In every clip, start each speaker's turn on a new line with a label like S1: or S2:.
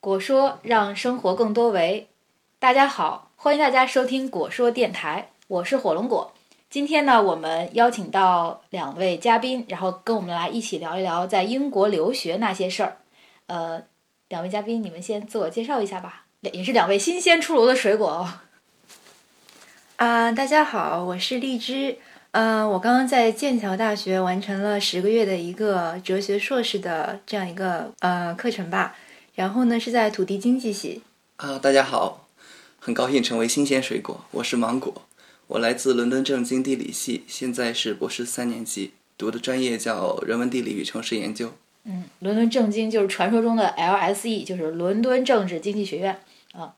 S1: 果说让生活更多维。大家好，欢迎大家收听果说电台，我是火龙果。今天呢，我们邀请到两位嘉宾，然后跟我们来一起聊一聊在英国留学那些事儿。呃，两位嘉宾，你们先自我介绍一下吧，也是两位新鲜出炉的水果哦。
S2: 啊，大家好，我是荔枝。嗯、我刚刚在剑桥大学完成了十个月的一个哲学硕士的这样一个呃课程吧。然后呢，是在土地经济系。
S3: 啊，大家好，很高兴成为新鲜水果，我是芒果，我来自伦敦政经地理系，现在是博士三年级，读的专业叫人文地理与城市研究。
S1: 嗯，伦敦政经就是传说中的 LSE，就是伦敦政治经济学院啊。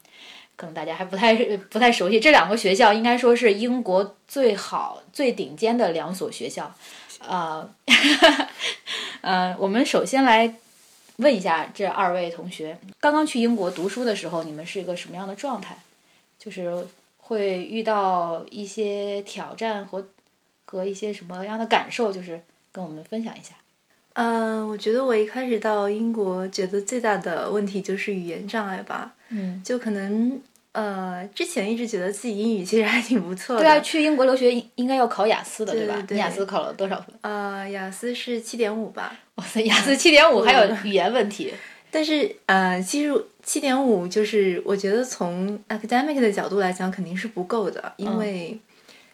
S1: 可能大家还不太 不太熟悉这两个学校，应该说是英国最好、最顶尖的两所学校。啊、 呃，我们首先来问一下这二位同学，刚刚去英国读书的时候，你们是一个什么样的状态？就是会遇到一些挑战和和一些什么样的感受？就是跟我们分享一下。
S2: 嗯，我觉得我一开始到英国，觉得最大的问题就是语言障碍吧。
S1: 嗯，
S2: 就可能呃，之前一直觉得自己英语其实还挺不错的。
S1: 对啊，去英国留学应应该要考雅思的，
S2: 对
S1: 吧？
S2: 对
S1: 你雅思考了多少分？
S2: 呃，雅思是七点五吧。
S1: 哇塞，雅思七点五，还有语言问 题。
S2: 但是呃，其实七点五就是我觉得从 academic 的角度来讲肯定是不够的，因为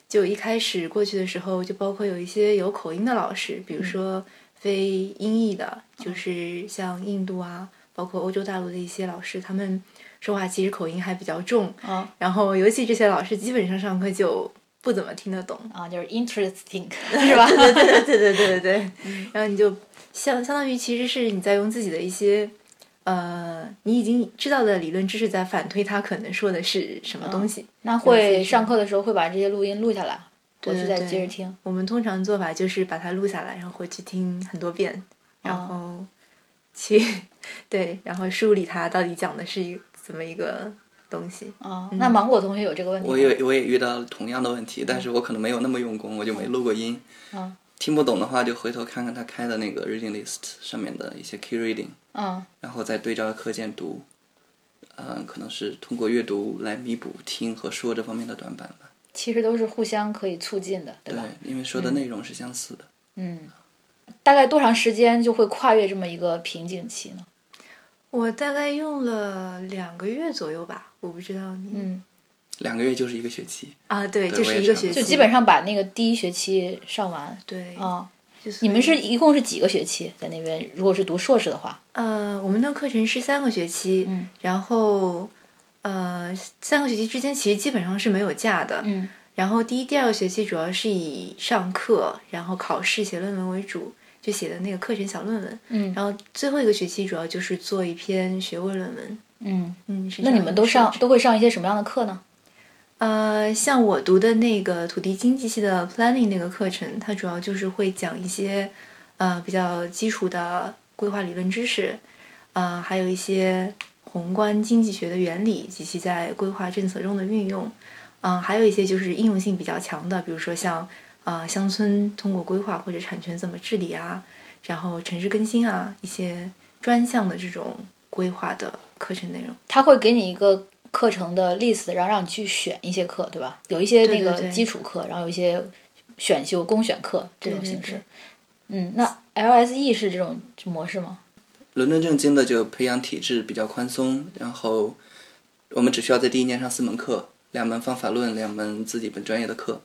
S2: 就一开始过去的时候，就包括有一些有口音的老师，比如说非英译的，就是像印度啊，包括欧洲大陆的一些老师，他们说话其实口音还比较重，
S1: 啊
S2: 然后尤其这些老师基本上上课就不怎么听得懂，
S1: 啊，就是 interesting 是吧？
S2: 对 对对对对对对，
S1: 嗯
S2: 然后你就相相当于其实是你在用自己的一些呃你已经知道的理论知识在反推他可能说的是什么东西。
S1: 那会上课的时候会把这些录音录下来，回去再接着听。
S2: 我们通常做法就是把它录下来，然后回去听很多遍，
S1: 哦
S2: 然
S1: 啊
S2: 后去、 对，然后梳理它到底讲的是一怎么一个东西。
S1: 啊，那芒果同学有这个问题吗？
S3: 我也我也遇到同样的问题，但是我可能没有那么用功，我就没录过音。
S1: 嗯
S3: 听不懂的话，就回头看看他开的那个 reading list 上面的一些 key reading，
S1: 嗯
S3: 然后再对照课件读。嗯、可能是通过阅读来弥补听和说这方面的短板吧。
S1: 其实都是互相可以促进的，对
S3: 对
S1: 吧？，
S3: 因为说的内容是相似的。
S1: 嗯，大概多长时间就会跨越这么一个瓶颈期呢？
S2: 我大概用了两个月左右吧，我不知道你、
S1: 嗯，
S3: 两个月就是一个学期。
S2: 啊，对，
S3: 对
S2: 就
S3: 我
S2: 是
S3: 也
S2: 一个
S3: 差不
S2: 学
S3: 多
S2: 期，
S1: 就基本上把那个第一学期上完
S2: 对
S1: 啊。
S2: 就所
S1: 你们
S2: 以
S1: 是一共是几个学期在那边？如果是读硕士的话，
S2: 呃，我们的课程是三个学期，
S1: 嗯
S2: 然后呃，三个学期之间其实基本上是没有假的。
S1: 嗯
S2: 然后第一、第二个学期主要是以上课，然后考试、写论文为主，就写的那个课程小论文。
S1: 嗯
S2: 然后最后一个学期主要就是做一篇学位论文。
S1: 嗯。
S2: 嗯，是这
S1: 那你
S2: 样
S1: 们
S2: 一
S1: 都
S2: 个设
S1: 上
S2: 置
S1: 都会上一些什么样的课呢？
S2: 呃，像我读的那个土地经济系的 planning 那个课程，它主要就是会讲一些呃比较基础的规划理论知识，呃，还有一些宏观经济学的原理及其在规划政策中的运用，嗯、还有一些就是应用性比较强的，比如说像呃乡村通过规划或者产权怎么治理啊，然后城市更新啊一些专项的这种规划的课程内容。
S1: 他会给你一个课程的 list，然后让你去选一些课，对吧？有一些那
S2: 对对
S1: 个
S2: 对
S1: 基础课，然后有一些选修、公选课这种
S2: 对对
S1: 形式。
S2: 对
S1: 嗯，那 LSE 是这种模式吗？
S3: 伦敦政经的就培养体制比较宽松，然后我们只需要在第一年上四门课，两门方法论，两门自己本专业的课。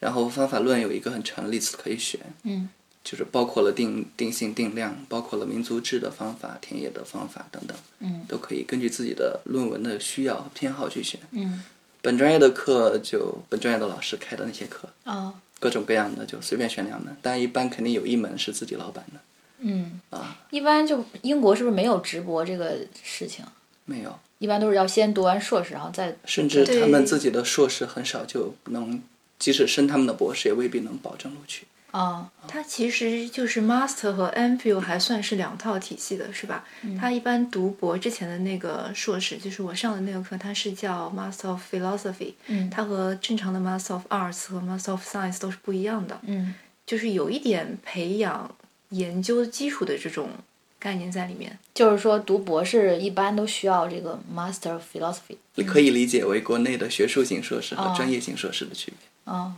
S3: 然后方法论有一个很长的 list 可以选，
S1: 嗯，
S3: 就是包括了定定性、定量，包括了民族志的方法、田野的方法等等，
S1: 嗯，
S3: 都可以根据自己的论文的需要、偏好去选。
S1: 嗯
S3: 本专业的课就本专业的老师开的那些课，
S1: 啊、
S2: 哦
S3: 各种各样的就随便选两门，但一般肯定有一门是自己老板的
S1: 嗯，
S3: 啊，
S1: 一般就英国是不是没有直播这个事情？
S3: 没有。
S1: 一般都是要先读完硕士，然后再
S3: 甚至他
S2: 对
S3: 们自己的硕士很少就能，即使升他们的博士，也未必能保证录取。
S1: 啊、
S2: 它其实就是 master 和 MPhil 还算是两套体系的，是吧？
S1: 嗯
S2: 它一般读博之前的那个硕士，就是我上的那个课，它是叫 master of philosophy，、
S1: 嗯
S2: 它和正常的 master of arts 和 master of science 都是不一样的，
S1: 嗯
S2: 就是有一点培养研究基础的这种概念在里面。
S1: 就是说读博士一般都需要这个 Master of Philosophy
S3: 可以理解为国内的学术型硕士和
S1: 嗯哦
S3: 专业型硕士的区别。
S1: 啊，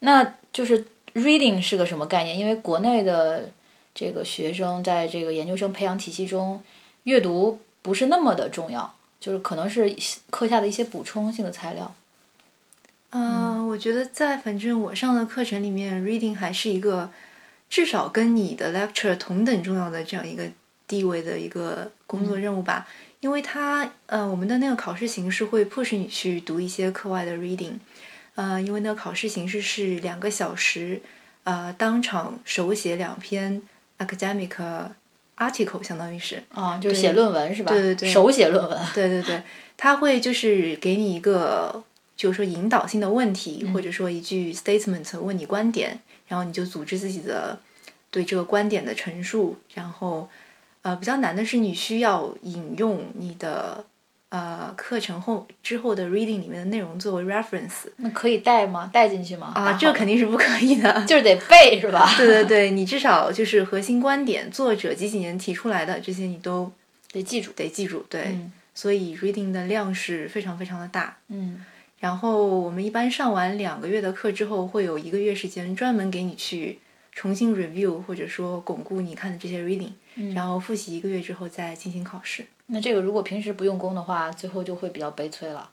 S1: 那就是 reading 是个什么概念？因为国内的这个学生在这个研究生培养体系中，阅读不是那么的重要，就是可能是课下的一些补充性的材料。
S2: 嗯、我觉得在反正我上的课程里面，reading 还是一个至少跟你的 lecture 同等重要的这样一个地位的一个工作任务吧。因为它呃，我们的那个考试形式会迫使你去读一些课外的 reading，呃，因为那个考试形式是两个小时，呃，当场手写两篇 academic article，相当于是，
S1: 啊，就是写论文是吧？
S2: 对对对
S1: 手写论文。
S2: 对对对，他会就是给你一个，就是说引导性的问题，或者说一句 statement 问你观点，然后你就组织自己的对这个观点的陈述，然后呃比较难的是你需要引用你的呃课程后之后的 reading 里面的内容作为 reference
S1: 那可以带吗？带进去吗？
S2: 啊，这个肯定是不可以 的。
S1: 就是得背是吧？
S2: 对对对，你至少就是核心观点、作者几几年提出来的这些，你都
S1: 得记住。
S2: 得记住。对，
S1: 嗯
S2: 所以 reading 的量是非常非常的大。
S1: 嗯
S2: 然后我们一般上完两个月的课之后，会有一个月时间专门给你去重新 review，或者说巩固你看的这些 reading，、然后复习一个月之后再进行考试。
S1: 那这个如果平时不用功的话，最后就会比较悲催了。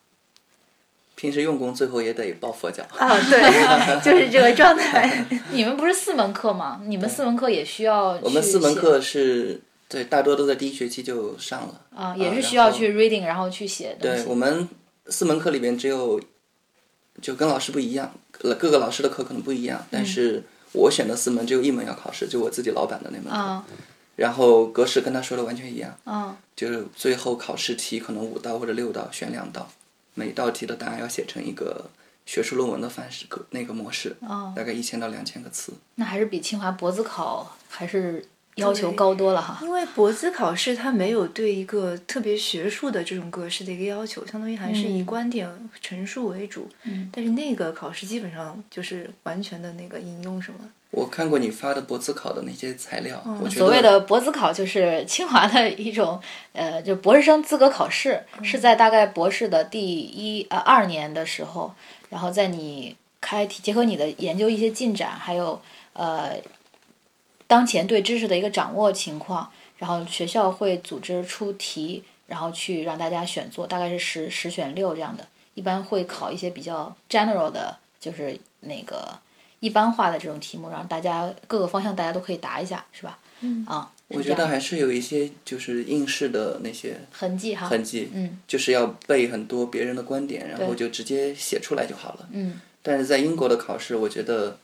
S3: 平时用功，最后也得抱佛脚。
S2: 啊，对， 就是这个状态。
S1: 你们不是四门课吗？你们四门课也需要我
S3: 我们四门课是对，大多都在第一学期就上了
S1: 啊，也是
S3: 然
S1: 需要
S3: 后
S1: 去 reading，然后去写东
S3: 对
S1: 西。
S3: 我们四门课里边只有，就跟老师不一样，呃各个老师的课可能不一样，但
S1: 嗯
S3: 是我选的四门只有一门要考试，就我自己老板的那门课，
S1: 啊
S3: 然后格式跟他说的完全一样，
S1: 啊
S3: 就是最后考试题可能五道或者六道选两道，每道题的答案要写成一个学术论文的范式格那个模式，
S1: 啊！
S3: 大概一千到两千个词。
S1: 那还是比清华博子考还是要求
S2: 对
S1: 高多了哈。
S2: 因为博资考试它没有对一个特别学术的这种格式的一个要求，相当于还是以
S1: 嗯
S2: 观点陈述为主。
S1: 嗯
S2: 但是那个考试基本上就是完全的那个引用什么。
S3: 我看过你发的博自考的那些材料，我觉得
S1: 嗯所谓的博子考就是清华的一种，呃，就博士生资格考试，是在大概博士的第一呃二年的时候，然后在你开题结合你的研究一些进展，还有呃当前对知识的一个掌握情况，然后学校会组织出题，然后去让大家选做，大概是十十选六这样的，一般会考一些比较 general 的，就是那个。一般化的这种题目，让大家各个方向大家都可以答一下，是吧？啊，
S3: 我觉得还是有一些就是应试的那些
S1: 痕迹哈，
S3: 痕迹，
S1: 嗯
S3: 就是要背很多别人的观点，然后就直接写出来就好了。
S1: 嗯
S3: 但是在英国的考试，我觉得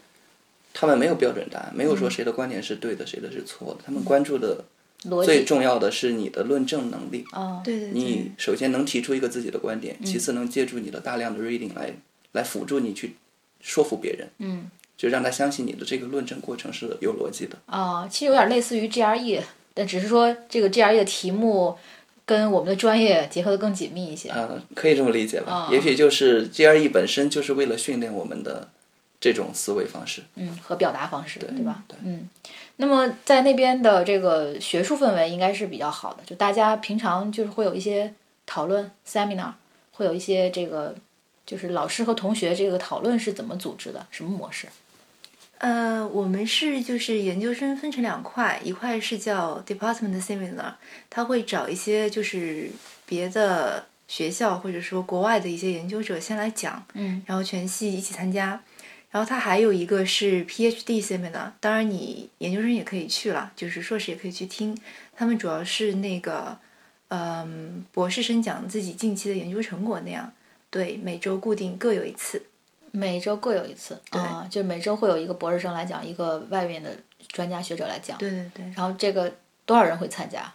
S3: 他们没有标准答案，
S1: 嗯
S3: 没有说谁的观点是对的，谁的是错的。他们关注的
S1: 逻
S3: 嗯最
S1: 辑
S3: 重要的是你的论证能力，
S1: 啊，
S2: 对对对。
S3: 你首先能提出一个自己的观点，
S1: 嗯
S3: 其次能借助你的大量的 reading 来来辅助你去说服别人，
S1: 嗯
S3: 就让他相信你的这个论证过程是有逻辑的。
S1: 啊，其实有点类似于 GRE，但只是说这个 GRE 的题目跟我们的专业结合的更紧密一些。
S3: 呃，可以这么理解吧？
S1: 啊
S3: 也许就是 GRE 本身就是为了训练我们的这种思维方式。
S1: 嗯和表达方式，对吧？
S3: 对
S1: 嗯，那么在那边的这个学术氛围应该是比较好的，就大家平常就是会有一些讨论 seminar，会有一些这个就是老师和同学这个讨论是怎么组织的，什么模式？
S2: 呃，我们是就是研究生分成两块，一块是叫 department seminar，他会找一些就是别的学校或者说国外的一些研究者先来讲，
S1: 嗯
S2: 然后全系一起参加。然后他还有一个是 PhD seminar，当然你研究生也可以去了，就是硕士也可以去听。他们主要是那个，嗯，博士生讲自己近期的研究成果那样，对，每周固定各有一次。
S1: 每周各有一次，啊，就每周会有一个博士生来讲，一个外面的专家学者来讲，
S2: 对对对。
S1: 然后这个多少人会参加？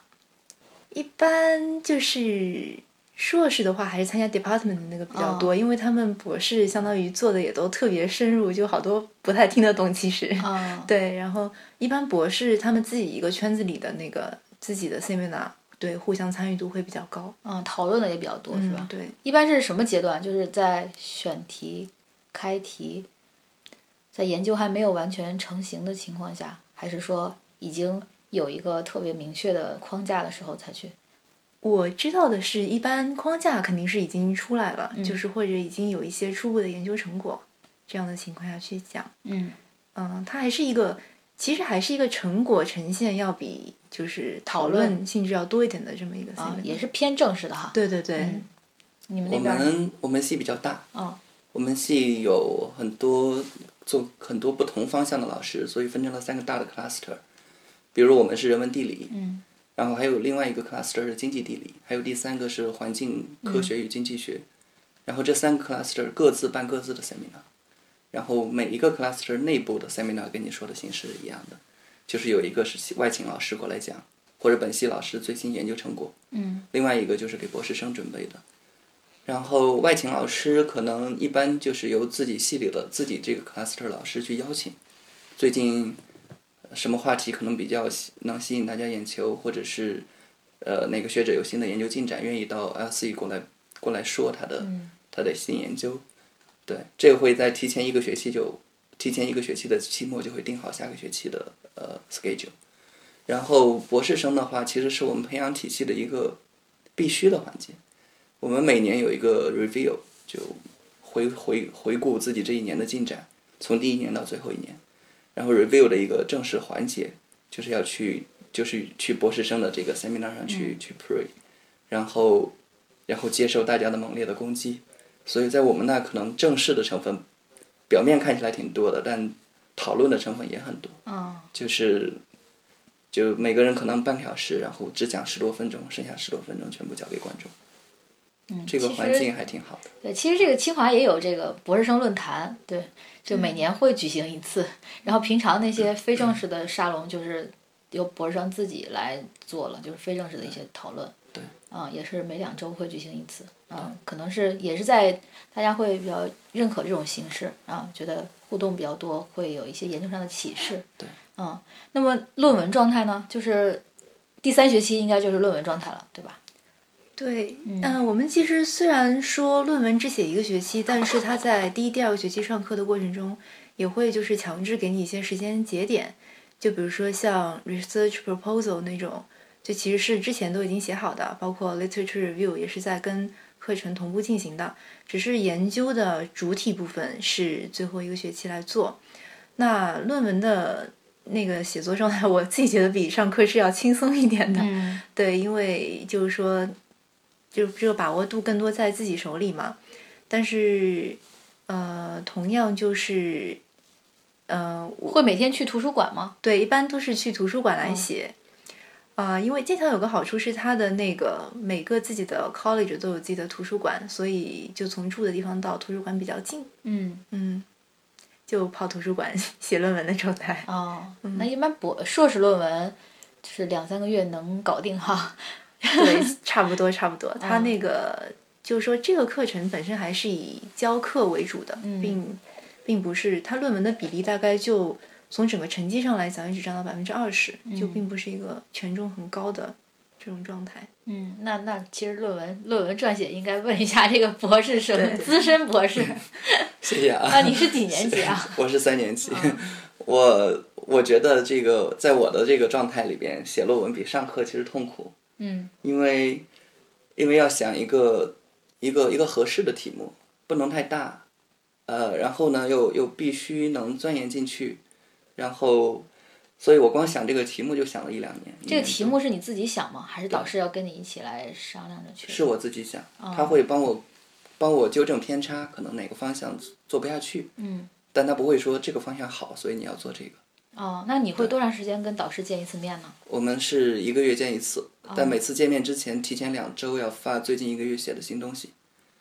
S2: 一般就是硕士的话，还是参加 department 的那个比较多，因为他们博士相当于做的也都特别深入，就好多不太听得懂。其实，
S1: 啊，
S2: 对，然后一般博士他们自己一个圈子里的那个自己的 seminar，对，互相参与度会比较高，
S1: 嗯，讨论的也比较多，是吧？
S2: 对，
S1: 一般是什么阶段？就是在选题、开题，在研究还没有完全成型的情况下，还是说已经有一个特别明确的框架的时候才去？
S2: 我知道的是，一般框架肯定是已经出来了，就是或者已经有一些初步的研究成果，这样的情况下去讲，
S1: 嗯
S2: 嗯，它还是一个，其实还是一个成果呈现要比就是讨
S1: 论
S2: 论性质要多一点的这么一个 s
S1: 啊
S2: e，
S1: 也是偏正式的哈。
S2: 对对对，
S1: 嗯你们
S3: 我
S1: 那边儿
S3: 们我们系比较大，
S1: 哦
S3: 我们系有很多做很多不同方向的老师，所以分成了三个大的 cluster。比如我们是人文地理，
S1: 嗯
S3: 然后还有另外一个 cluster 是经济地理，还有第三个是环境
S1: 嗯
S3: 科学与经济学。然后这三个 cluster 各自办各自的 seminar，然后每一个 cluster 内部的 seminar 跟你说的形式是一样的，就是有一个是外请老师过来讲，或者本系老师最新研究成果，
S1: 嗯
S3: 另外一个就是给博士生准备的。然后外勤老师可能一般就是由自己系里的自己这个 cluster 老师去邀请，最近呃什么话题可能比较吸能吸引大家眼球，或者是呃哪个学者有新的研究进展，愿意到 LC 过来过来说他的、他的新研究。对，这个会在提前一个学期就提前一个学期的期末就会定好下个学期的呃 schedule。然后博士生的话，其实是我们培养体系的一个必须的环节。我们每年有一个 review，就回回回顾自己这一年的进展，从第一年到最后一年。然后 review 的一个正式环节，就是要去就是去博士生的这个 seminar 上去、
S1: 嗯
S3: 去 pre，然后然后接受大家的猛烈的攻击。所以在我们那可能正式的成分，表面看起来挺多的，但讨论的成分也很多。
S1: 嗯
S3: 就是就每个人可能半个小时，然后只讲十多分钟，剩下十多分钟全部交给观众。
S1: 嗯，
S3: 这个
S1: 其
S3: 环
S1: 实
S3: 境还挺好的。
S1: 对，其实这个清华也有这个博士生论坛，对，就
S3: 嗯
S1: 每年会举行一次。然后平常那 些非正式的沙龙，就是由博士生自己来做了，就是非正式的一些讨论。
S3: 对，
S1: 啊、也是每两周会举行一次。啊、可能是也是在大家会比较认可这种形式啊，觉得互动比较多，会有一些研究上的启示。
S3: 对，
S1: 嗯，那么论文状态呢，就是第三学期应该就是论文状态了，对吧？
S2: 对，嗯、我们其实虽然说论文只写一个学期，但是他在第一、第二个学期上课的过程中，也会就是强制给你一些时间节点，就比如说像 research proposal 那种，就其实是之前都已经写好的，包括 literature review 也是在跟课程同步进行的，只是研究的主体部分是最后一个学期来做。那论文的那个写作状态，我自己觉得比上课是要轻松一点的。
S1: 嗯
S2: 对，因为就是说，就这个把握度更多在自己手里嘛。但是，呃，同样就是，呃，我
S1: 会每天去图书馆吗？
S2: 对一般都是去图书馆来写。啊、因为剑桥有个好处是它的那个每个自己的 college 都有自己的图书馆，所以就从住的地方到图书馆比较近。
S1: 嗯。
S2: 嗯，就泡图书馆 写论文的状
S3: 嗯
S2: 态。
S1: 哦，那一般博硕士论文就是两三个月能搞定哈。
S2: 对， 差不多差不多。他那个、就是说，这个课程本身还是以教课为主的，并并不是他论文的比例大概就从整个成绩上来讲，也只占到百分之二十，就并不是一个权重很高的这种状态。
S1: 嗯，那那其实论文论文撰写应该问一下这个博士生，资深博 士，
S3: 谢谢啊。
S1: 那你是几年级 啊？
S3: 我是三年级， 我我觉得这个在我的这个状态里边，写论文比上课其实痛苦，
S1: 嗯
S3: 因为因为要想一个一个一个合适的题目，不能太大，呃，然后呢又又必须能钻研进去，然后，所以我光想这个题目就想了一两年。
S1: 这
S3: 一
S1: 个
S3: 年
S1: 题
S3: 多
S1: 目是你自己想吗？还是导师要跟你一起来商量着去？
S3: 是我自己想，
S1: 哦
S3: 他会帮我帮我纠正偏差，可能哪个方向做不下去，
S1: 嗯，
S3: 但他不会说这个方向好，所以你要做这个。
S1: 哦，那你会多长时间跟导师见一次面呢？
S3: 我们是一个月见一次，
S1: 哦
S3: 但每次见面之前，提前两周要发最近一个月写的新东西，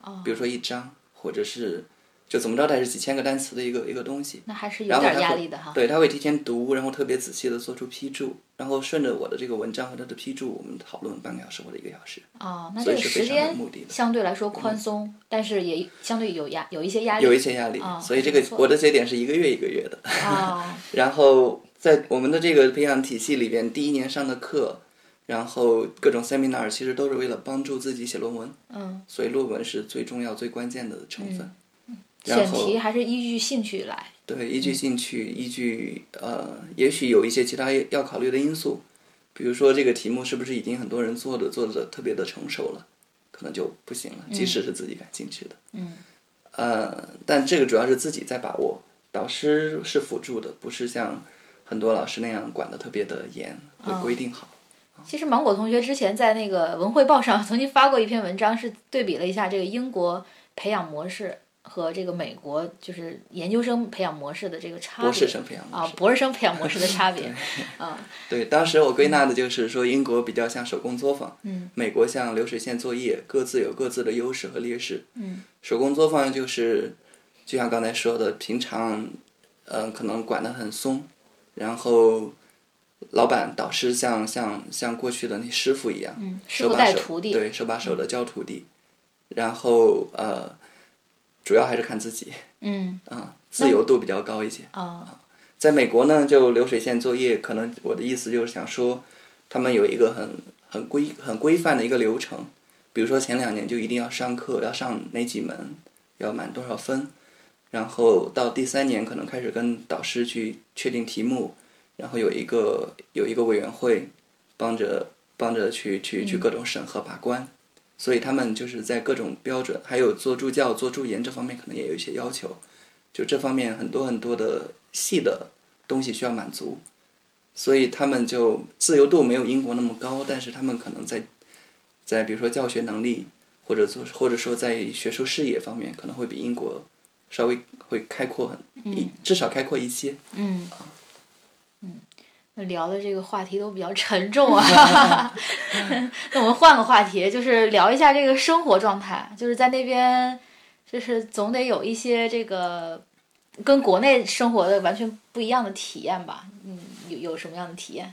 S1: 哦
S3: 比如说一章，或者是就怎么着，它也是几千个单词的一个一个东西。
S1: 那还是
S3: 然
S1: 有
S3: 后他
S1: 点
S3: 会
S1: 压力的哈。
S3: 对，他会提前读，然后特别仔细的做出批注，然后顺着我的这个文章和他的批注，我们讨论半个小时或者一个小时，
S1: 哦，那
S3: 所
S1: 这
S3: 以
S1: 个
S3: 是非
S1: 时
S3: 常
S1: 间
S3: 有目的的嗯
S1: 相对来说宽松，但是也相对有压有一些压力。
S3: 有一些压力。
S1: 哦
S3: 所以这个
S1: 还不错
S3: 我的节点是一个月一个月的。
S1: 哦，
S3: 然后在我们的这个培养体系里边，第一年上的课，然后各种 seminar 其实都是为了帮助自己写论文，
S1: 嗯，
S3: 所以论文是最重要、最关键的成分。然
S1: 选
S3: 后
S1: 题还是依据兴趣来。
S3: 对，依据兴趣，依据呃，也许有一些其他要考虑的因素，比如说这个题目是不是已经很多人做的做的特别的成熟了，可能就不行了，即使是自己感兴趣的。
S1: 嗯
S3: 呃，但这个主要是自己在把握，导师是辅助的，不是像很多老师那样管得特别的严，会规定好。
S1: 其实芒果同学之前在那个文汇报上 曾经发过一篇文章，是对比了一下这个英国培养模式和这个美国就是研究生培养模式的这个差别。
S3: 博士生培养模
S1: 啊
S3: 式，，
S1: 博士生培养模式的差 别。啊，
S3: 对，当时我归纳的就是说，英国比较像手工作坊，
S1: 嗯
S3: 美国像流水线作业，各自有各自的优势和劣势。
S1: 嗯
S3: 手工作坊就是，就像刚才说的，平常，嗯、可能管得很松，然后，老板、导师像像像过去的那师傅一样，
S1: 嗯，师
S3: 手
S1: 傅
S3: 把
S1: 带
S3: 手
S1: 徒弟。嗯
S3: 对，手把手的教徒弟，然后呃，主要还是看自己
S1: 嗯
S3: 啊、自由度比较高一些。
S1: 啊
S3: 在美国呢，就流水线作业，可能我的意思就是想说，他们有一个很很规很规范的一个流程，比如说前两年就一定要上课，要上哪几门，要满多少分，然后到第三年可能开始跟导师去确定题目，然后有一个有一个委员会帮着帮着去去去各种审核把关。所以他们就是在各种标准，还有做助教、做助研这方面，可能也有一些要求。就这方面很多很多的细的东西需要满足，所以他们就自由度没有英国那么高，但是他们可能在在比如说教学能力，或者做或者说在学术视野方面，可能会比英国稍微会开阔很，一至少开阔一些。
S1: 嗯嗯，那聊的这个话题都比较沉重 啊。那我们换个话题，就是聊一下这个生活状态，就是在那边，就是总得有一些这个跟国内生活的完全不一样的体验吧。嗯，有有什么样的体验？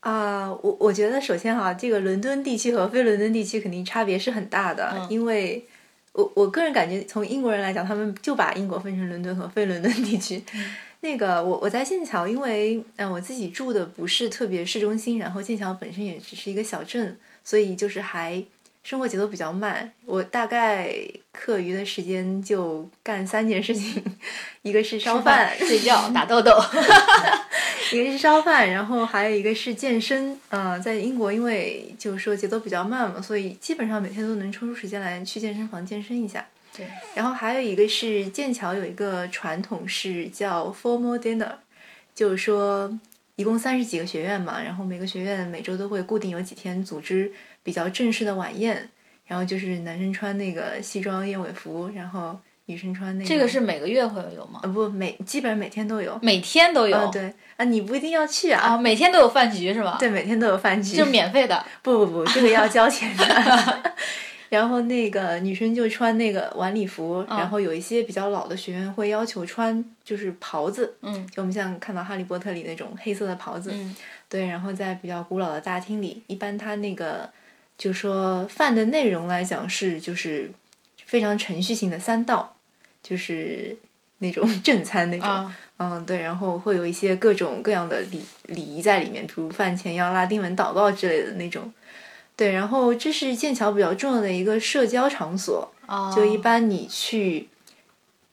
S2: 啊、我我觉得首先哈、这个伦敦地区和非伦敦地区肯定差别是很大的，
S1: 嗯
S2: 因为我我个人感觉，从英国人来讲，他们就把英国分成伦敦和非伦敦地区。那个我我在剑桥，因为嗯、呃我自己住的不是特别市中心，然后剑桥本身也只是一个小镇，所以就是还生活节奏比较慢。我大概课余的时间就干三件事情， 一个是烧饭，
S1: 睡 觉、打豆豆。
S2: 一个是烧饭，然后还有一个是健身。呃，在英国，因为就是说节奏比较慢嘛，所以基本上每天都能抽出时间来去健身房健身一下。
S1: 对，
S2: 然后还有一个是剑桥有一个传统是叫 formal dinner，就是说一共三十几个学院嘛，然后每个学院每周都会固定有几天组织比较正式的晚宴，然后就是男生穿那个西装燕尾服，然后女生穿那个
S1: 这个是每个月会有吗？
S2: 呃不每基本上每天都有。
S1: 每天都有。
S2: 啊、对啊，你不一定要去啊
S1: 啊，每天都有饭局是吧？，
S2: 对，每天都有饭局，
S1: 就免费的。
S2: 不不不， 这个要交钱的。 然后那个女生就穿那个晚礼服，
S1: 嗯
S2: 然后有一些比较老的学院会要求穿就是袍子，
S1: 嗯
S2: 就我们像看到《哈利波特》里那种黑色的袍子，
S1: 嗯
S2: 对。然后在比较古老的大厅里，一般它那个就说饭的内容来讲是就是非常程序性的三道，就是那种正餐那种，
S1: 啊
S2: 嗯，对，然后会有一些各种各样的礼礼仪在里面，比如饭前要拉丁文祷告之类的那种。对，然后这是剑桥比较重要的一个社交场所，
S1: 啊，
S2: 就一般你去，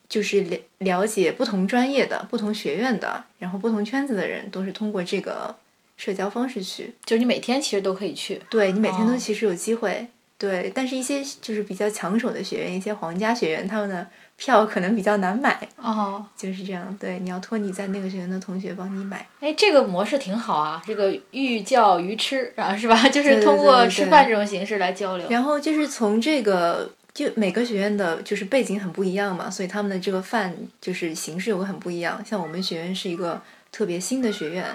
S2: 就是了了解不同专业的、不同学院的，然后不同圈子的人，都是通过这个社交方式去。
S1: 就是你每天其实都可以去。
S2: 对你每天
S1: 哦
S2: 都其实有机会，对，但是一些就是比较抢手的学院，一些皇家学院，他们的票可能比较难买，
S1: 哦，
S2: 就是这样。对，你要托你在那个学院的同学帮你买。
S1: 哎，这个模式挺好啊，这个寓教于吃啊，是吧？ 就是
S2: 对对
S1: 通过
S2: 对
S1: 吃
S2: 对
S1: 饭这种形式来交流。
S2: 然后就是从这个，就每个学院的就是背景很不一样嘛，所以他们的这个饭就是形式有个很不一样。像我们学院是一个特别新的学院，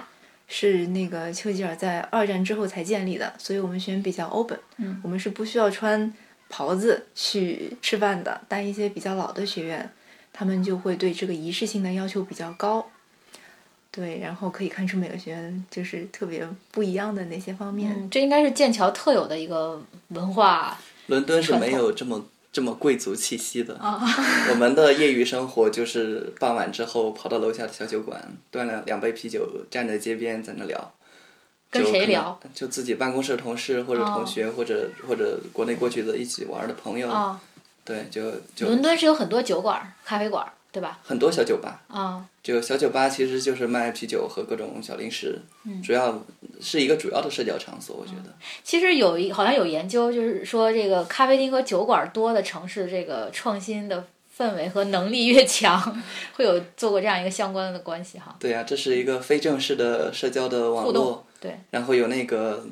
S2: 是那个丘吉尔在二战之后才建立的，所以我们学院比较 open，
S1: 嗯
S2: 我们是不需要穿袍子去吃饭的。但一些比较老的学院，他们就会对这个仪式性的要求比较高。对，然后可以看出每个学院就是特别不一样的那些方面。
S1: 嗯，这应该是剑桥特有的一个文化。
S3: 伦敦是
S1: 传统哦
S3: 没有这么这么贵族气息的。 我们的业余生活就是傍晚之后跑到楼下的小酒馆，端了两杯啤酒，站在街边在那聊。
S1: 跟
S3: 就
S1: 谁
S3: 可能
S1: 聊？嗯
S3: 就自己办公室的同事或者同学，或者或者国内过去的一起玩儿的朋友。
S1: 啊、
S3: 对，就就
S1: 伦敦是有很多酒馆、咖啡馆，对吧？
S3: 很多小酒吧，
S1: 啊、
S3: 就小酒吧其实就是卖啤酒和各种小零食，
S1: 嗯
S3: 主要是一个主要的社交场所，我觉得。
S1: 其实有一好像有研究，就是说这个咖啡厅和酒馆多的城市，这个创新的氛围和能力越强，会有做过这样一个相关的关系哈。
S3: 对啊呀、这是一个非正式的社交的网
S1: 互动
S3: 络，
S1: 对，
S3: 然后有那个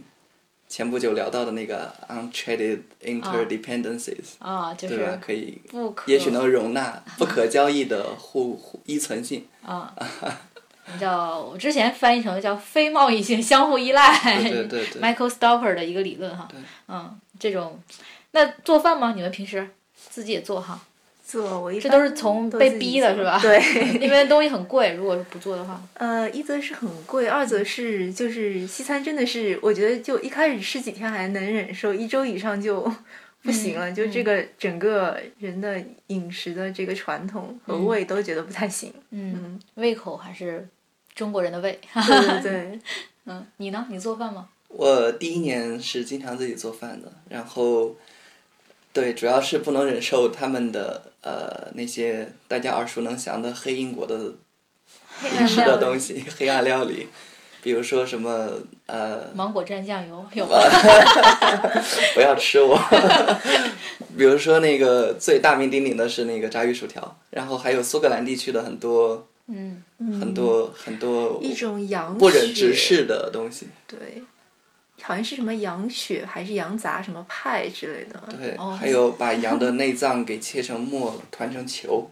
S3: 前不久聊到的那个 untraded interdependencies，、
S1: 啊，就
S3: 对吧
S1: 是？
S3: 可以，
S1: 不可，
S3: 也许能 容纳不可交易的互互依存性。
S1: 啊，叫我之前翻译成叫非贸易性相互依赖
S3: 对 对对对
S1: m i c h a e l Stopper 的一个理论哈。嗯，这种，那做饭吗？你们平时自己也做哈？
S2: 做我一
S1: 这
S2: 般
S1: 都是从
S2: 都
S1: 被
S2: 自己
S1: 逼的
S2: 做
S1: 是吧
S2: 对，
S1: 因为东西很贵，如果是不做的话，
S2: 呃，一则是很贵，二则是就是西餐真的是，我觉得就一开始吃几天还能忍受，一周以上就不行了，
S1: 嗯
S2: 就这个整个人的饮食的这个传统和胃都觉得不太行。
S1: 嗯，
S2: 嗯，
S1: 胃口还是中国人的胃。
S2: 对对对，
S1: 嗯，你呢？你做饭吗？
S3: 我第一年是经常自己做饭的，然后，对，主要是不能忍受他们的呃那些大家耳熟能详的黑英国的饮食的东西，黑暗料理，比如说什么呃，
S1: 芒果蘸酱 油有吗？
S3: 不要吃 我，比如说那个最大名鼎鼎的是那个炸鱼薯条，然后还有苏格兰地区的很多
S1: 嗯，
S3: 很多很多
S2: 一种羊
S3: 不忍直
S2: 血
S3: 视的东西，
S2: 对，好像是什么羊血还是羊杂什么派之类的。
S3: 对，
S1: 哦
S3: 还有把羊的内脏给切成末，团成球，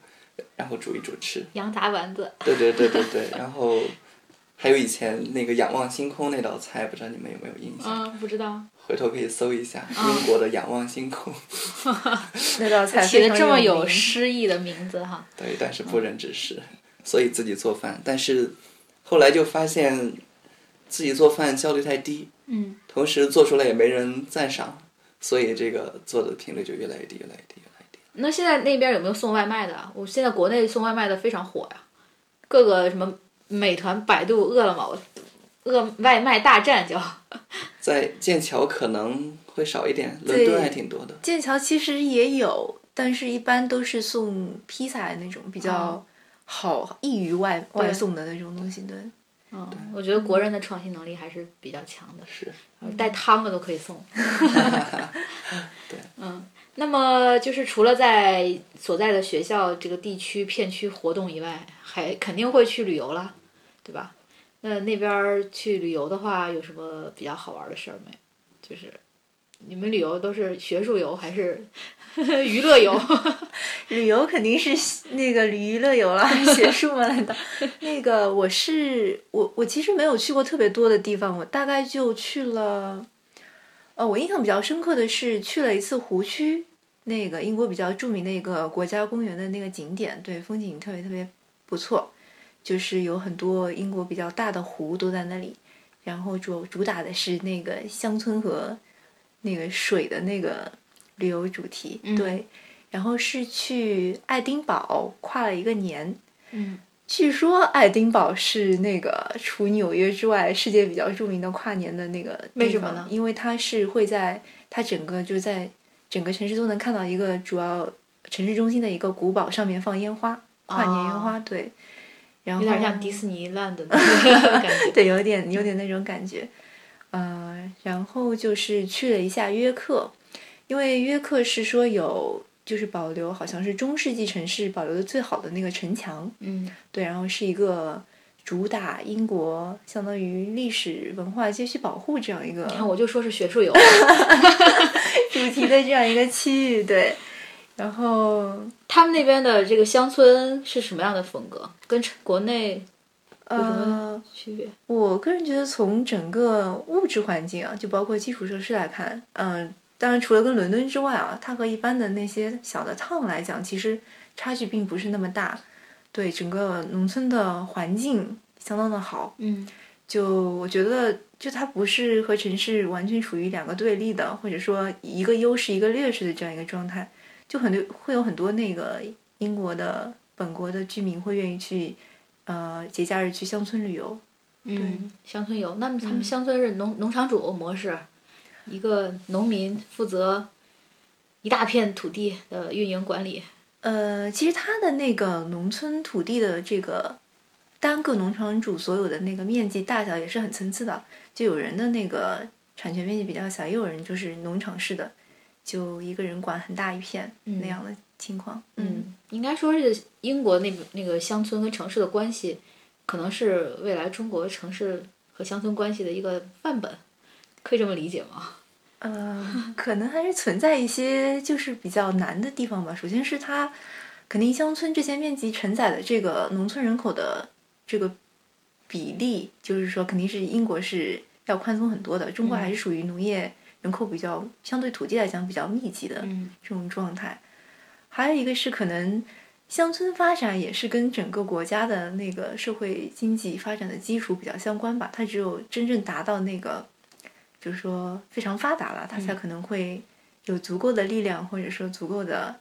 S3: 然后煮一煮吃。
S1: 羊杂丸子。
S3: 对对对对对，然后还有以前那个仰望星空那道菜，不知道你们有没有印象？
S1: 嗯，不嗯知道。
S3: 回头可以搜一下英国的仰望星空。
S2: 那道菜
S1: 起
S2: 非
S1: 的
S2: 常
S1: 这么有
S2: 名
S1: 诗意的名字哈。
S3: 对，但是不忍直视，所以自己做饭。但是后来就发现自己做饭效率太低，
S1: 嗯，
S3: 同时做出来也没人赞赏，所以这个做的频率就越来越低，越来越低，越来越低。
S1: 那现在那边有没有送外卖的啊？我现在国内送外卖的非常火呀、各个什么美团、百度、饿了么、饿外卖大战叫。
S3: 在剑桥可能会少一点，伦
S2: 对
S3: 敦还挺多的。
S2: 剑桥其实也有，但是一般都是送披萨那种比较好易于外
S1: 对
S2: 外送的那种东西。对，
S1: 嗯，我觉得国人的创新能力还是比较强的，
S3: 是，
S1: 带汤的都可以送。对，嗯，那么就是除了在所在的学校这个地区片区活动以外，还肯定会去旅游啦，对吧？那那边儿去旅游的话，有什么比较好玩的事儿没？就是你们旅游都是学术游还是 娱乐游？
S2: 旅游肯定是那个旅娱乐游了，学术嘛难道？那个我是我我其实没有去过特别多的地方，我大概就去了，呃，我印象比较深刻的是去了一次湖区，那个英国比较著名的一个国家公园的那个景点，对，风景特别特别不错，就是有很多英国比较大的湖都在那里，然后主主打的是那个乡村和那个水的那个旅游主题，
S1: 嗯
S2: 对，然后是去爱丁堡跨了一个年。
S1: 嗯，
S2: 据说爱丁堡是那个除纽约之外世界比较著名的跨年的那个地方
S1: 为什么呢
S2: 因为它是会在它整个就在整个城市都能看到一个主要城市中心的一个古堡上面放烟花，跨年烟花，对，然
S1: 哦有
S2: 后
S1: 点像迪士尼 land 的那个感觉。
S2: 对，有点有点那种感觉。呃，然后就是去了一下约克，因为约克是说有就是保留好像是中世纪城市保留的最好的那个城墙，
S1: 嗯
S2: 对，然后是一个主打英国相当于历史文化街区保护这样一个
S1: 你看，我就说是学术游。
S2: 主题的这样一个区域，对。然后
S1: 他们那边的这个乡村是什么样的风格？跟城国内有什
S2: 呃
S1: 么，区别？
S2: 我个人觉得，从整个物质环境啊，就包括基础设施来看，嗯、当然除了跟伦敦之外啊，它和一般的那些小的 town 来讲，其实差距并不是那么大。对整个农村的环境相当的好，
S1: 嗯
S2: 就我觉得，就它不是和城市完全处于两个对立的，或者说一个优势一个劣势的这样一个状态，就很多会有很多那个英国的本国的居民会愿意去，呃，节假日去乡村旅游。
S1: 嗯，乡村游。那么他们乡村是农、农场主模式，一个农民负责一大片土地的运营管理。嗯
S2: 呃，其实它的那个农村土地的这个单个农场主所有的那个面积大小也是很参差的，就有人的那个产权面积比较小，也有人就是农场式的，就一个人管很大一片、
S1: 嗯
S2: 那样的情况。嗯
S1: 嗯，应该说是英国那那个乡村跟城市的关系，可能是未来中国城市和乡村关系的一个范本，可以这么理解吗？
S2: 呃，可能还是存在一些就是比较难的地方吧。首先是它肯定乡村这些面积承载的这个农村人口的这个比例，就是说肯定是英国是要宽松很多的。中国
S1: 嗯
S2: 还是属于农业人口比较相对土地来讲比较密集的
S1: 嗯
S2: 这种状态。还有一个是可能乡村发展也是跟整个国家的那个社会经济发展的基础比较相关吧。它只有真正达到那个，就是说非常发达了，它才
S1: 嗯
S2: 可能会有足够的力量，或者说足够的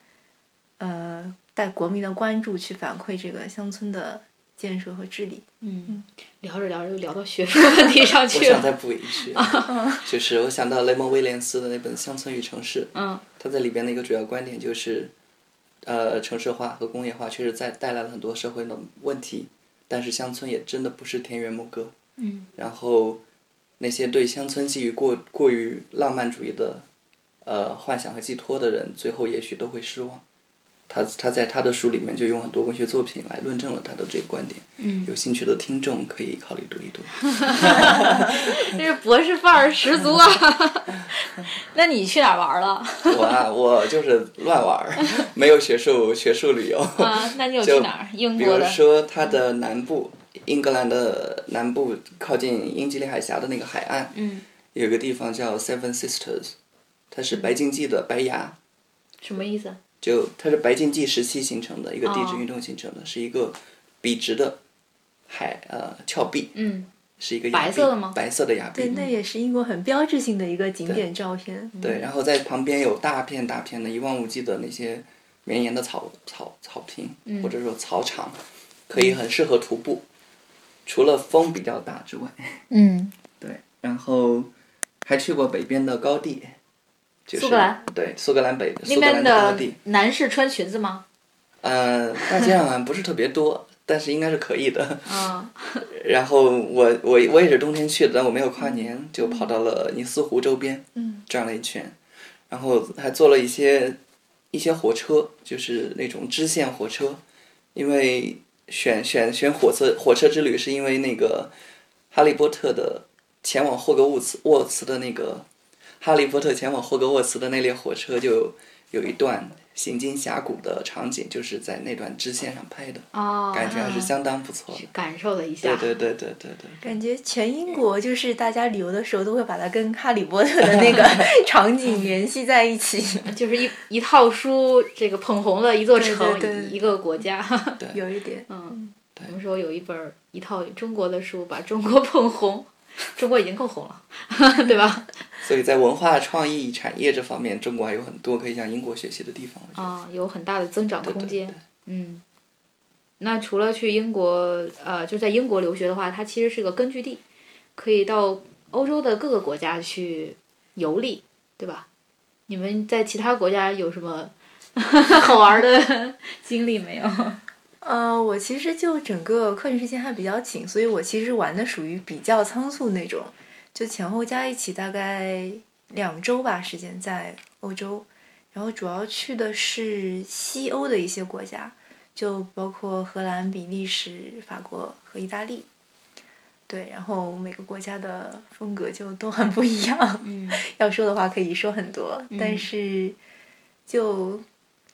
S2: 呃带国民的关注去反馈这个乡村的建设和治理。
S1: 嗯，聊着聊着又聊到学术问题上
S3: 我
S1: 去
S3: 想再
S1: 了。啊
S3: 补一句， 就是我想到雷蒙·威廉斯的那本《乡村与城市》，
S1: 嗯
S3: 他在里边的一个主要观点就是，呃，城市化和工业化确实在带来了很多社会的问题，但是乡村也真的不是田园牧歌。
S1: 嗯
S3: 然后，那些对乡村寄予过过于浪漫主义的，呃，幻想和寄托的人，最后也许都会失望。他他在他的书里面就用很多文学作品来论证了他的这个观点。
S1: 嗯，
S3: 有兴趣的听众可以考虑读一读。
S1: 这是博士范儿十足啊！ 那你去哪儿玩了？
S3: 我啊，我就是乱玩儿，没有学术学术旅游。
S1: 啊，那你有去
S3: 就
S1: 哪儿？英
S3: 比
S1: 国
S3: 如
S1: 的？
S3: 说它的南部，英格兰的南部靠近英吉利海峡的那个海岸，
S1: 嗯，
S3: 有一个地方叫 Seven Sisters，它是白竞技的白崖，
S1: 什么意思？
S3: 就它是白竞技时期形成的一个地质
S1: 哦
S3: 运动形成的，是一个笔直的海呃峭壁，
S1: 嗯
S3: 是一个崖
S1: 白
S3: 壁
S1: 色的吗
S3: 白色的崖
S2: 对，
S3: 壁。嗯
S2: 那也是英国很标志性的一个景点照片。嗯
S3: 对，然后在旁边有大片大片的一望无际的那些绵延的草草草坪，
S1: 嗯
S3: 或者说草场，可以很适合徒步，除了风比较大之外。
S1: 嗯，
S3: 对，然后还去过北边的高地，就是
S1: 苏格兰
S3: 对苏格兰北
S1: 那
S3: 苏格
S1: 边
S3: 兰的高
S1: 的
S3: 地，
S1: 男士穿裙子吗？
S3: 呃，大街上好像不是特别多，但是应该是可以的。
S1: 啊，
S3: 然后我我我也是冬天去的，但我没有跨年，就跑到了尼斯湖周边
S2: 嗯，
S3: 转了一圈，然后还坐了一些一些火车，就是那种支线火车，因为选选选火车火车之旅是因为那个《哈利波特》的前往霍格沃茨沃茨的那个《哈利波特》前往霍格沃茨的那列火车就有一段行经峡谷的场景，就是在那段支线上拍的，
S1: 哦，
S3: 感觉还是相当不错的。
S1: 感受了一下。
S3: 对对对对对对。
S2: 感觉全英国就是大家旅游的时候都会把它跟《哈利波特》的 那个场景联系在一起，
S1: 就是一一套书，这个捧红了一座城，
S2: 对对对
S1: 一一个国家。
S2: 有一点。
S1: 嗯， 我们说有一本儿一套中国的书，把中国捧红，中国已经够红了， 对吧？
S3: 所以在文化创意产业这方面，中国还有很多可以向英国学习的地方。我觉得
S1: 啊，有很大的增长
S3: 对
S1: 空
S3: 对
S1: 间。
S3: 对，
S1: 嗯，那除了去英国，呃，就在英国留学的话，它其实是个根据地，可以到欧洲的各个国家去游历，对吧？你们在其他国家有什么 好玩的经历没有？
S2: 呃，我其实就整个课程时间还比较紧，所以我其实玩的属于比较仓促那种，就前后加一起大概两周吧时间在欧洲，然后主要去的是西欧的一些国家，就包括荷兰、比利时、法国和意大利。对，然后每个国家的风格就都很不一样。
S1: 嗯
S2: 要说的话可以说很多，但
S1: 嗯
S2: 是就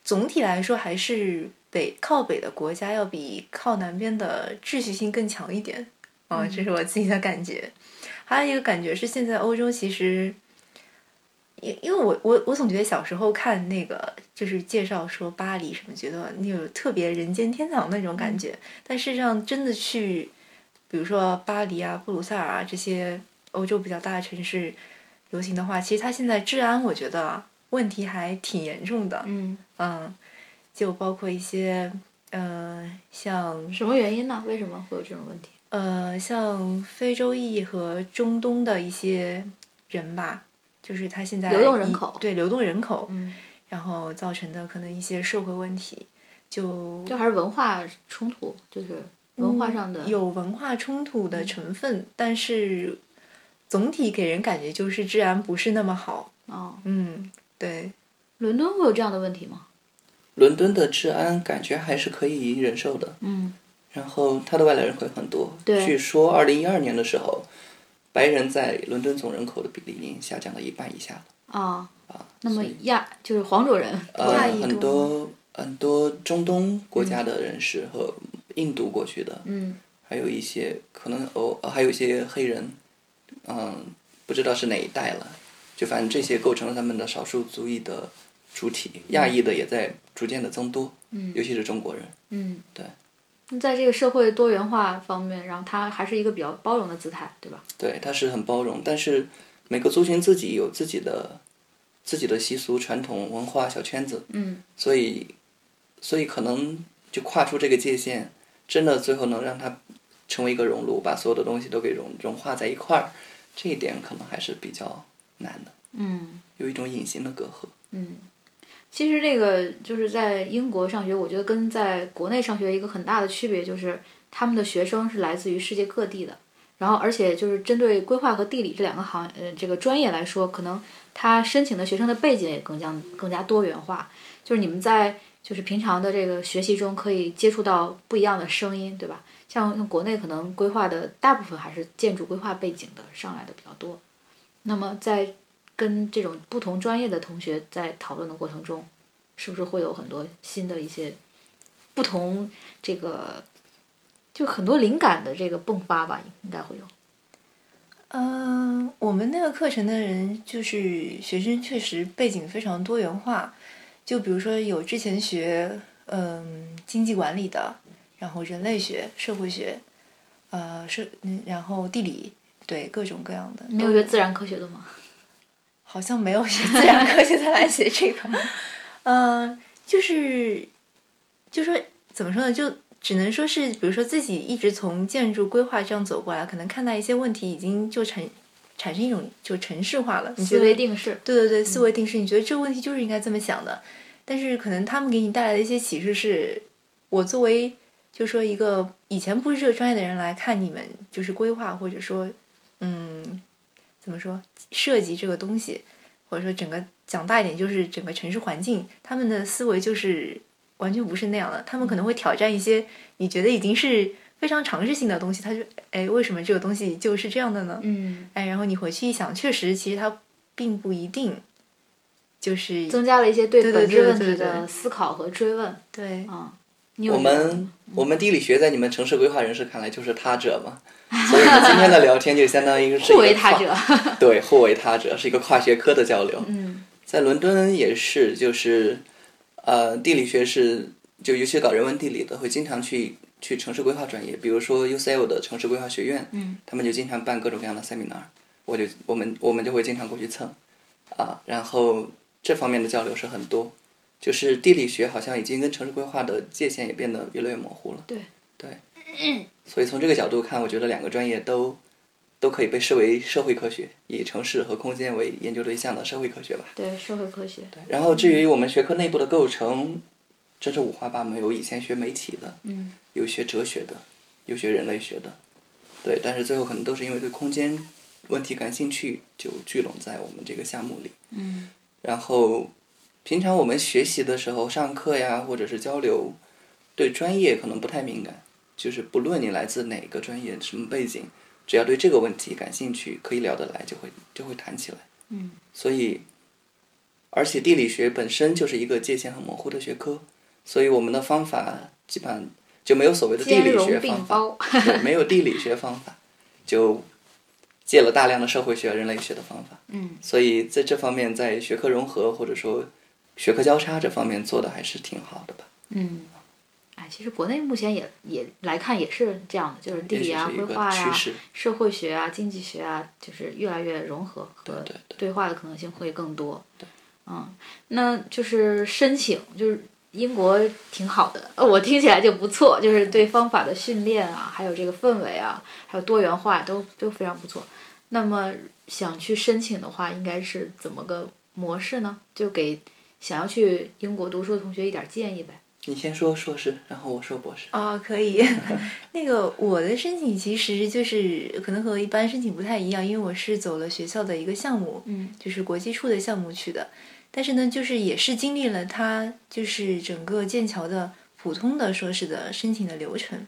S2: 总体来说还是北靠北的国家要比靠南边的秩序性更强一点。哦，
S1: 嗯
S2: 这是我自己的感觉。还有一个感觉是，现在欧洲其实，因因为我我我总觉得小时候看那个就是介绍说巴黎什么，觉得那种特别人间天堂那种
S1: 嗯
S2: 感觉，但事实上真的去，比如说巴黎啊、布鲁塞尔啊这些欧洲比较大的城市流行的话，其实它现在治安我觉得啊问题还挺严重的。
S1: 嗯，
S2: 嗯，就包括一些呃，像
S1: 什么原因呢？为什么会有这种问题？
S2: 呃，像非洲裔和中东的一些人吧，就是他现在
S1: 流动人
S2: 以
S1: 口
S2: 对流动人口，
S1: 嗯
S2: 然后造成的可能一些社会问题，就
S1: 就还是文化冲突，就是文化上的。
S2: 有文化冲突的成分，但是总体给人感觉就是治安不是那么好。
S1: 哦，
S2: 嗯，对，
S1: 伦敦会有这样的问题吗？
S3: 伦敦的治安感觉还是可以忍受的，
S1: 嗯，
S3: 然后它的外来人口也很多。
S1: 对
S3: 据说二零一二年的时候，白人在伦敦总人口的比例已经下降到一半以下了。
S1: 啊，
S3: 啊，
S1: 那么
S3: 所以
S1: 亚就是黄种人，
S2: 亚
S3: 呃，
S2: 裔
S3: 很
S2: 多
S3: 多很多中东国家的人士和印度过去的，
S1: 嗯，
S3: 还有一些可能哦，呃还有一些黑人，嗯，不知道是哪一代了，就反正这些构成了他们的少数族裔的主体，亚裔的也在逐渐的增多，嗯，尤其是中国人，
S1: 嗯，
S3: 对。
S1: 那在这个社会多元化方面，然后它还是一个比较包容的姿态，对吧？
S3: 对，它是很包容，但是每个族群自己有自己的自己的习俗、传统文化小圈子，
S1: 嗯，
S3: 所以所以可能就跨出这个界限，真的最后能让它成为一个熔炉，把所有的东西都给融融化在一块儿，这一点可能还是比较难的，
S1: 嗯
S3: 有一种隐形的隔阂。
S1: 嗯。其实这个就是在英国上学，我觉得跟在国内上学一个很大的区别就是，他们的学生是来自于世界各地的，然后而且就是针对规划和地理这两个行呃这个专业来说，可能他申请的学生的背景也更加更加多元化。就是你们在就是平常的这个学习中可以接触到不一样的声音，对吧？像像国内可能规划的大部分还是建筑规划背景的上来的比较多，那么在跟这种不同专业的同学在讨论的过程中，是不是会有很多新的一些不同这个就很多灵感的这个迸发吧？应该会有。
S2: 嗯、我们那个课程的人就是学生，确实背景非常多元化。就比如说有之前学嗯经济管理的，然后人类学、社会学，呃社，嗯然后地理，对各种各样的。
S1: 没有学自然科学的吗？
S2: 好像没有学自然 科学才来学这个，嗯、就是，就说怎么说呢，就只能说是，比如说自己一直从建筑规划这样走过来，可能看待一些问题已经就产产生一种就城市化了，你觉
S1: 思
S2: 得
S1: 维定式。
S2: 对对对，思维定式，你觉得这个问题就是应该这么想的，但是可能他们给你带来的一些启示是，我作为就说一个以前不是这个专业的人来看你们就是规划或者说，嗯，怎么说设计这个东西，或者说整个讲大一点就是整个城市环境，他们的思维就是完全不是那样的，他们可能会挑战一些你觉得已经是非常常识性的东西，他就哎为什么这个东西就是这样的呢？
S1: 嗯，
S2: 哎，然后你回去一想，确实，其实它并不一定，就是
S1: 增加了一些对
S2: 对对
S1: 本质
S2: 对
S1: 问题
S2: 对
S1: 的
S2: 对
S1: 思考和追问。
S2: 对，
S1: 啊，你有
S3: 我
S1: 这样的
S3: 们
S1: 吗
S3: 我们地理学在你们城市规划人士看来就是他者嘛，所以今天的聊天就相当于是
S1: 互
S3: 一个
S1: 为他
S3: 跨
S1: 者，
S3: 对，互为他者是一个跨学科的交流。
S1: 嗯
S3: 在伦敦也是，就是呃，地理学是就尤其搞人文地理的，会经常去去城市规划专业，比如说 UCL 的城市规划学院，
S1: 嗯，
S3: 他们就经常办各种各样的 seminar，我就我们我们就会经常过去蹭啊，然后这方面的交流是很多，就是地理学好像已经跟城市规划的界限也变得越来越模糊了。
S1: 对
S3: 对，所以从这个角度看，我觉得两个专业都。都可以被视为社会科学，以城市和空间为研究对象的社会科学吧。
S1: 对，社会科学，对，
S3: 然后至于我们学科内部的构成，真是五花八门，有以前学媒体的，
S1: 嗯，
S3: 有学哲学的，有学人类学的，对，但是最后可能都是因为对空间问题感兴趣，就聚拢在我们这个项目里。
S1: 嗯
S3: 然后，平常我们学习的时候，上课呀，或者是交流，对专业可能不太敏感，就是不论你来自哪个专业、什么背景，只要对这个问题感兴趣，可以聊得来，就会就会谈起来。
S1: 嗯
S3: 所以，而且地理学本身就是一个界限很模糊的学科，所以我们的方法基本上就没有所谓的地
S1: 兼
S3: 理
S1: 容
S3: 学
S1: 并
S3: 方法，
S1: 包，
S3: 对，没有地理学方法，就借了大量的社会学、人类学的方法。
S1: 嗯
S3: 所以在这方面，在学科融合或者说学科交叉这方面做的还是挺好的吧。
S1: 嗯。哎，其实国内目前也也来看也是这样的，就是地
S3: 也
S1: 理
S3: 许
S1: 啊、
S3: 是一
S1: 规
S3: 个
S1: 划呀、
S3: 趋势，
S1: 社会学啊、经济学啊，就是越来越融合
S3: 对
S1: 和
S3: 对对。
S1: 对话的可能性会更多。
S3: 对，
S1: 嗯，那就是申请，就是英国挺好的，呃，我听起来就不错，就是对方法的训练啊，还有这个氛围啊，还有多元化都都非常不错。那么想去申请的话，应该是怎么个模式呢？就给想要去英国读书的同学一点建议呗。
S3: 你先说硕士，然后我说博士。
S2: 啊、可以。那个我的申请其实就是可能和一般申请不太一样，因为我是走了学校的一个项目，
S1: 嗯，
S2: 就是国际处的项目去的。但是呢，就是也是经历了它就是整个剑桥的普通的硕士的申请的流程。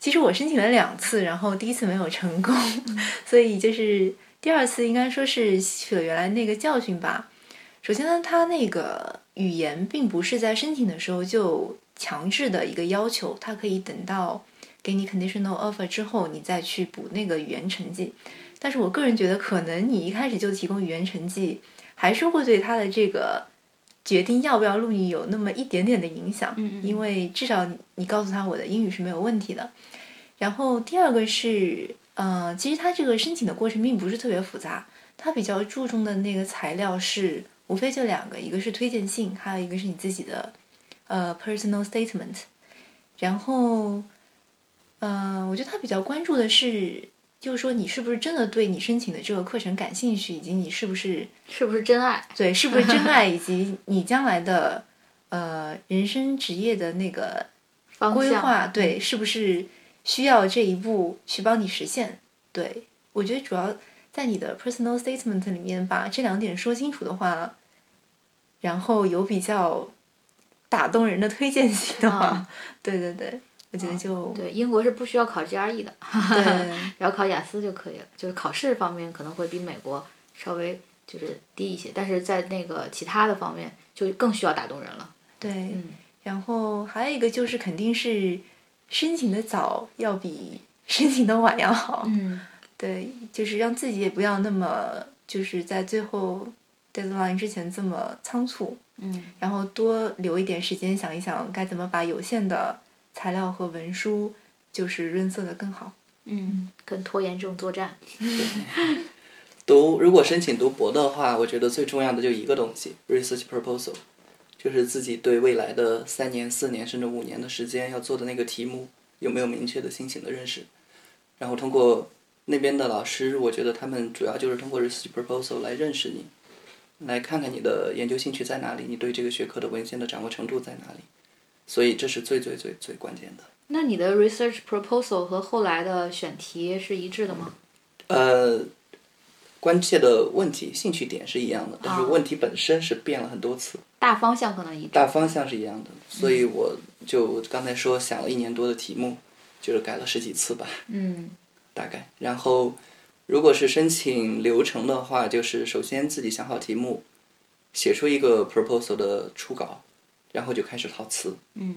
S2: 其实我申请了两次，然后第一次没有成功， 所以就是第二次应该说是吸取了原来那个教训吧。首先呢，它那个语言并不是在申请的时候就强制的一个要求，它可以等到给你 conditional offer 之后，你再去补那个语言成绩。但是我个人觉得，可能你一开始就提供语言成绩，还是会对他的这个决定要不要录你有那么一点点的影响。
S1: 嗯嗯
S2: 因为至少你你告诉他我的英语是没有问题的。然后第二个是，呃，其实他这个申请的过程并不是特别复杂，他比较注重的那个材料是无非就两个，一个是推荐信，还有一个是你自己的呃 personal statement。然后，呃，我觉得他比较关注的是，就是说你是不是真的对你申请的这个课程感兴趣，以及你是不是
S1: 是不是真爱？
S2: 对，是不是真 爱，以及你将来的呃人生职业的那个
S1: 方
S2: 规
S1: 向嗯
S2: 划，对，是不是需要这一步去帮你实现？对我觉得主要在你的 personal statement 里面把这两点说清楚的话，然后有比较打动人的推荐信的话，
S1: 啊
S2: 对对对，我觉得就、
S1: 对，英国是不需要考 GRE 的，
S2: 对
S1: 只要考雅思就可以了。就是考试方面可能会比美国稍微就是低一些，但是在那个其他的方面就更需要打动人了。
S2: 对，
S1: 嗯
S2: 然后还有一个就是肯定是申请的早要比 申请的晚要好。
S1: 嗯，
S2: 对，就是让自己也不要那么，就是在最后 deadline 之前这么仓促，
S1: 嗯，
S2: 然后多留一点时间想一想该怎么把有限的材料和文书就是润色的更好。
S1: 嗯，跟拖延症作战。
S3: 读如果申请读博的话，我觉得最重要的就一个东西，research proposal，就是自己对未来的三年、四年甚至五年的时间要做的那个题目有没有明确的清醒的认识。然后通过那边的老师，我觉得他们主要就是通过 research proposal 来认识你，来看看你的研究兴趣在哪里，你对这个学科的文献的掌握程度在哪里。所以这是最最最最关键的。
S1: 那你的 research proposal 和后来的选题是一致的吗？
S3: 呃，关切的问题、兴趣点是一样的，但是问题本身是变了很多次，
S1: 大方向可能一致。
S3: 大方向是一样的。所以我就刚才说想了一年多的题目，就是改了十几次吧，
S1: 嗯
S3: 大概。然后，如果是申请流程的话，就是首先自己想好题目，写出一个 proposal 的初稿，然后就开始套词。
S1: 嗯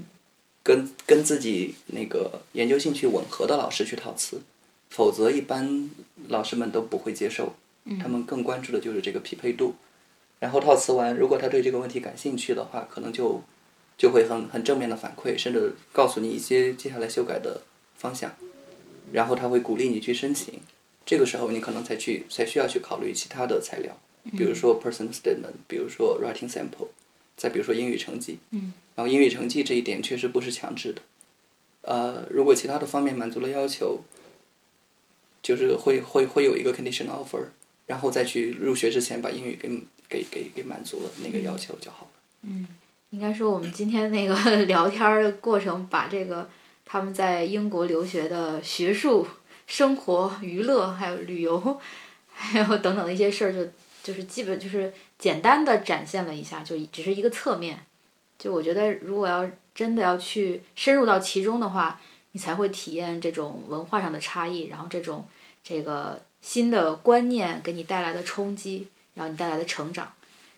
S3: 跟跟自己那个研究兴趣吻合的老师去套词，否则一般老师们都不会接受。他们更关注的就是这个匹配度。然后套词完，如果他对这个问题感兴趣的话，可能就就会很很正面的反馈，甚至告诉你一些接下来修改的方向。然后他会鼓励你去申请，这个时候你可能才去才需要去考虑其他的材料，比如说 person statement，比如说 writing sample，再比如说英语成绩。
S1: 嗯
S3: 然后英语成绩这一点确实不是强制的。呃，如果其他的方面满足了要求，就是会会会有一个 condition offer，然后再去入学之前把英语给给给给满足了那个要求就好了。
S1: 嗯，应该说我们今天那个 聊天儿的过程，把这个他们在英国留学的学术、生活、娱乐，还有旅游，还有等等的一些事儿，就就是基本就是简单的展现了一下，就只是一个侧面。就我觉得，如果要真的要去深入到其中的话，你才会体验这种文化上的差异，然后这种这个新的观念给你带来的冲击，然后你带来的成长。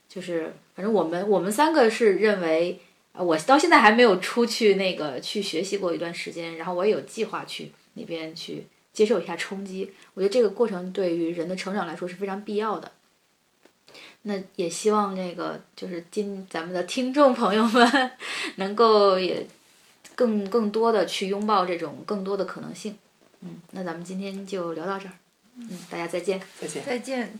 S1: 就是反正我们我们三个是认为，呃我到现在还没有出去那个去学习过一段时间，然后我也有计划去那边去接受一下冲击。我觉得这个过程对于人的成长来说是非常必要的。那也希望那个就是今咱们的听众朋友们能够也更更多的去拥抱这种更多的可能性。嗯，那咱们今天就聊到这儿。嗯，大家再见。
S3: 再见。
S2: 再见。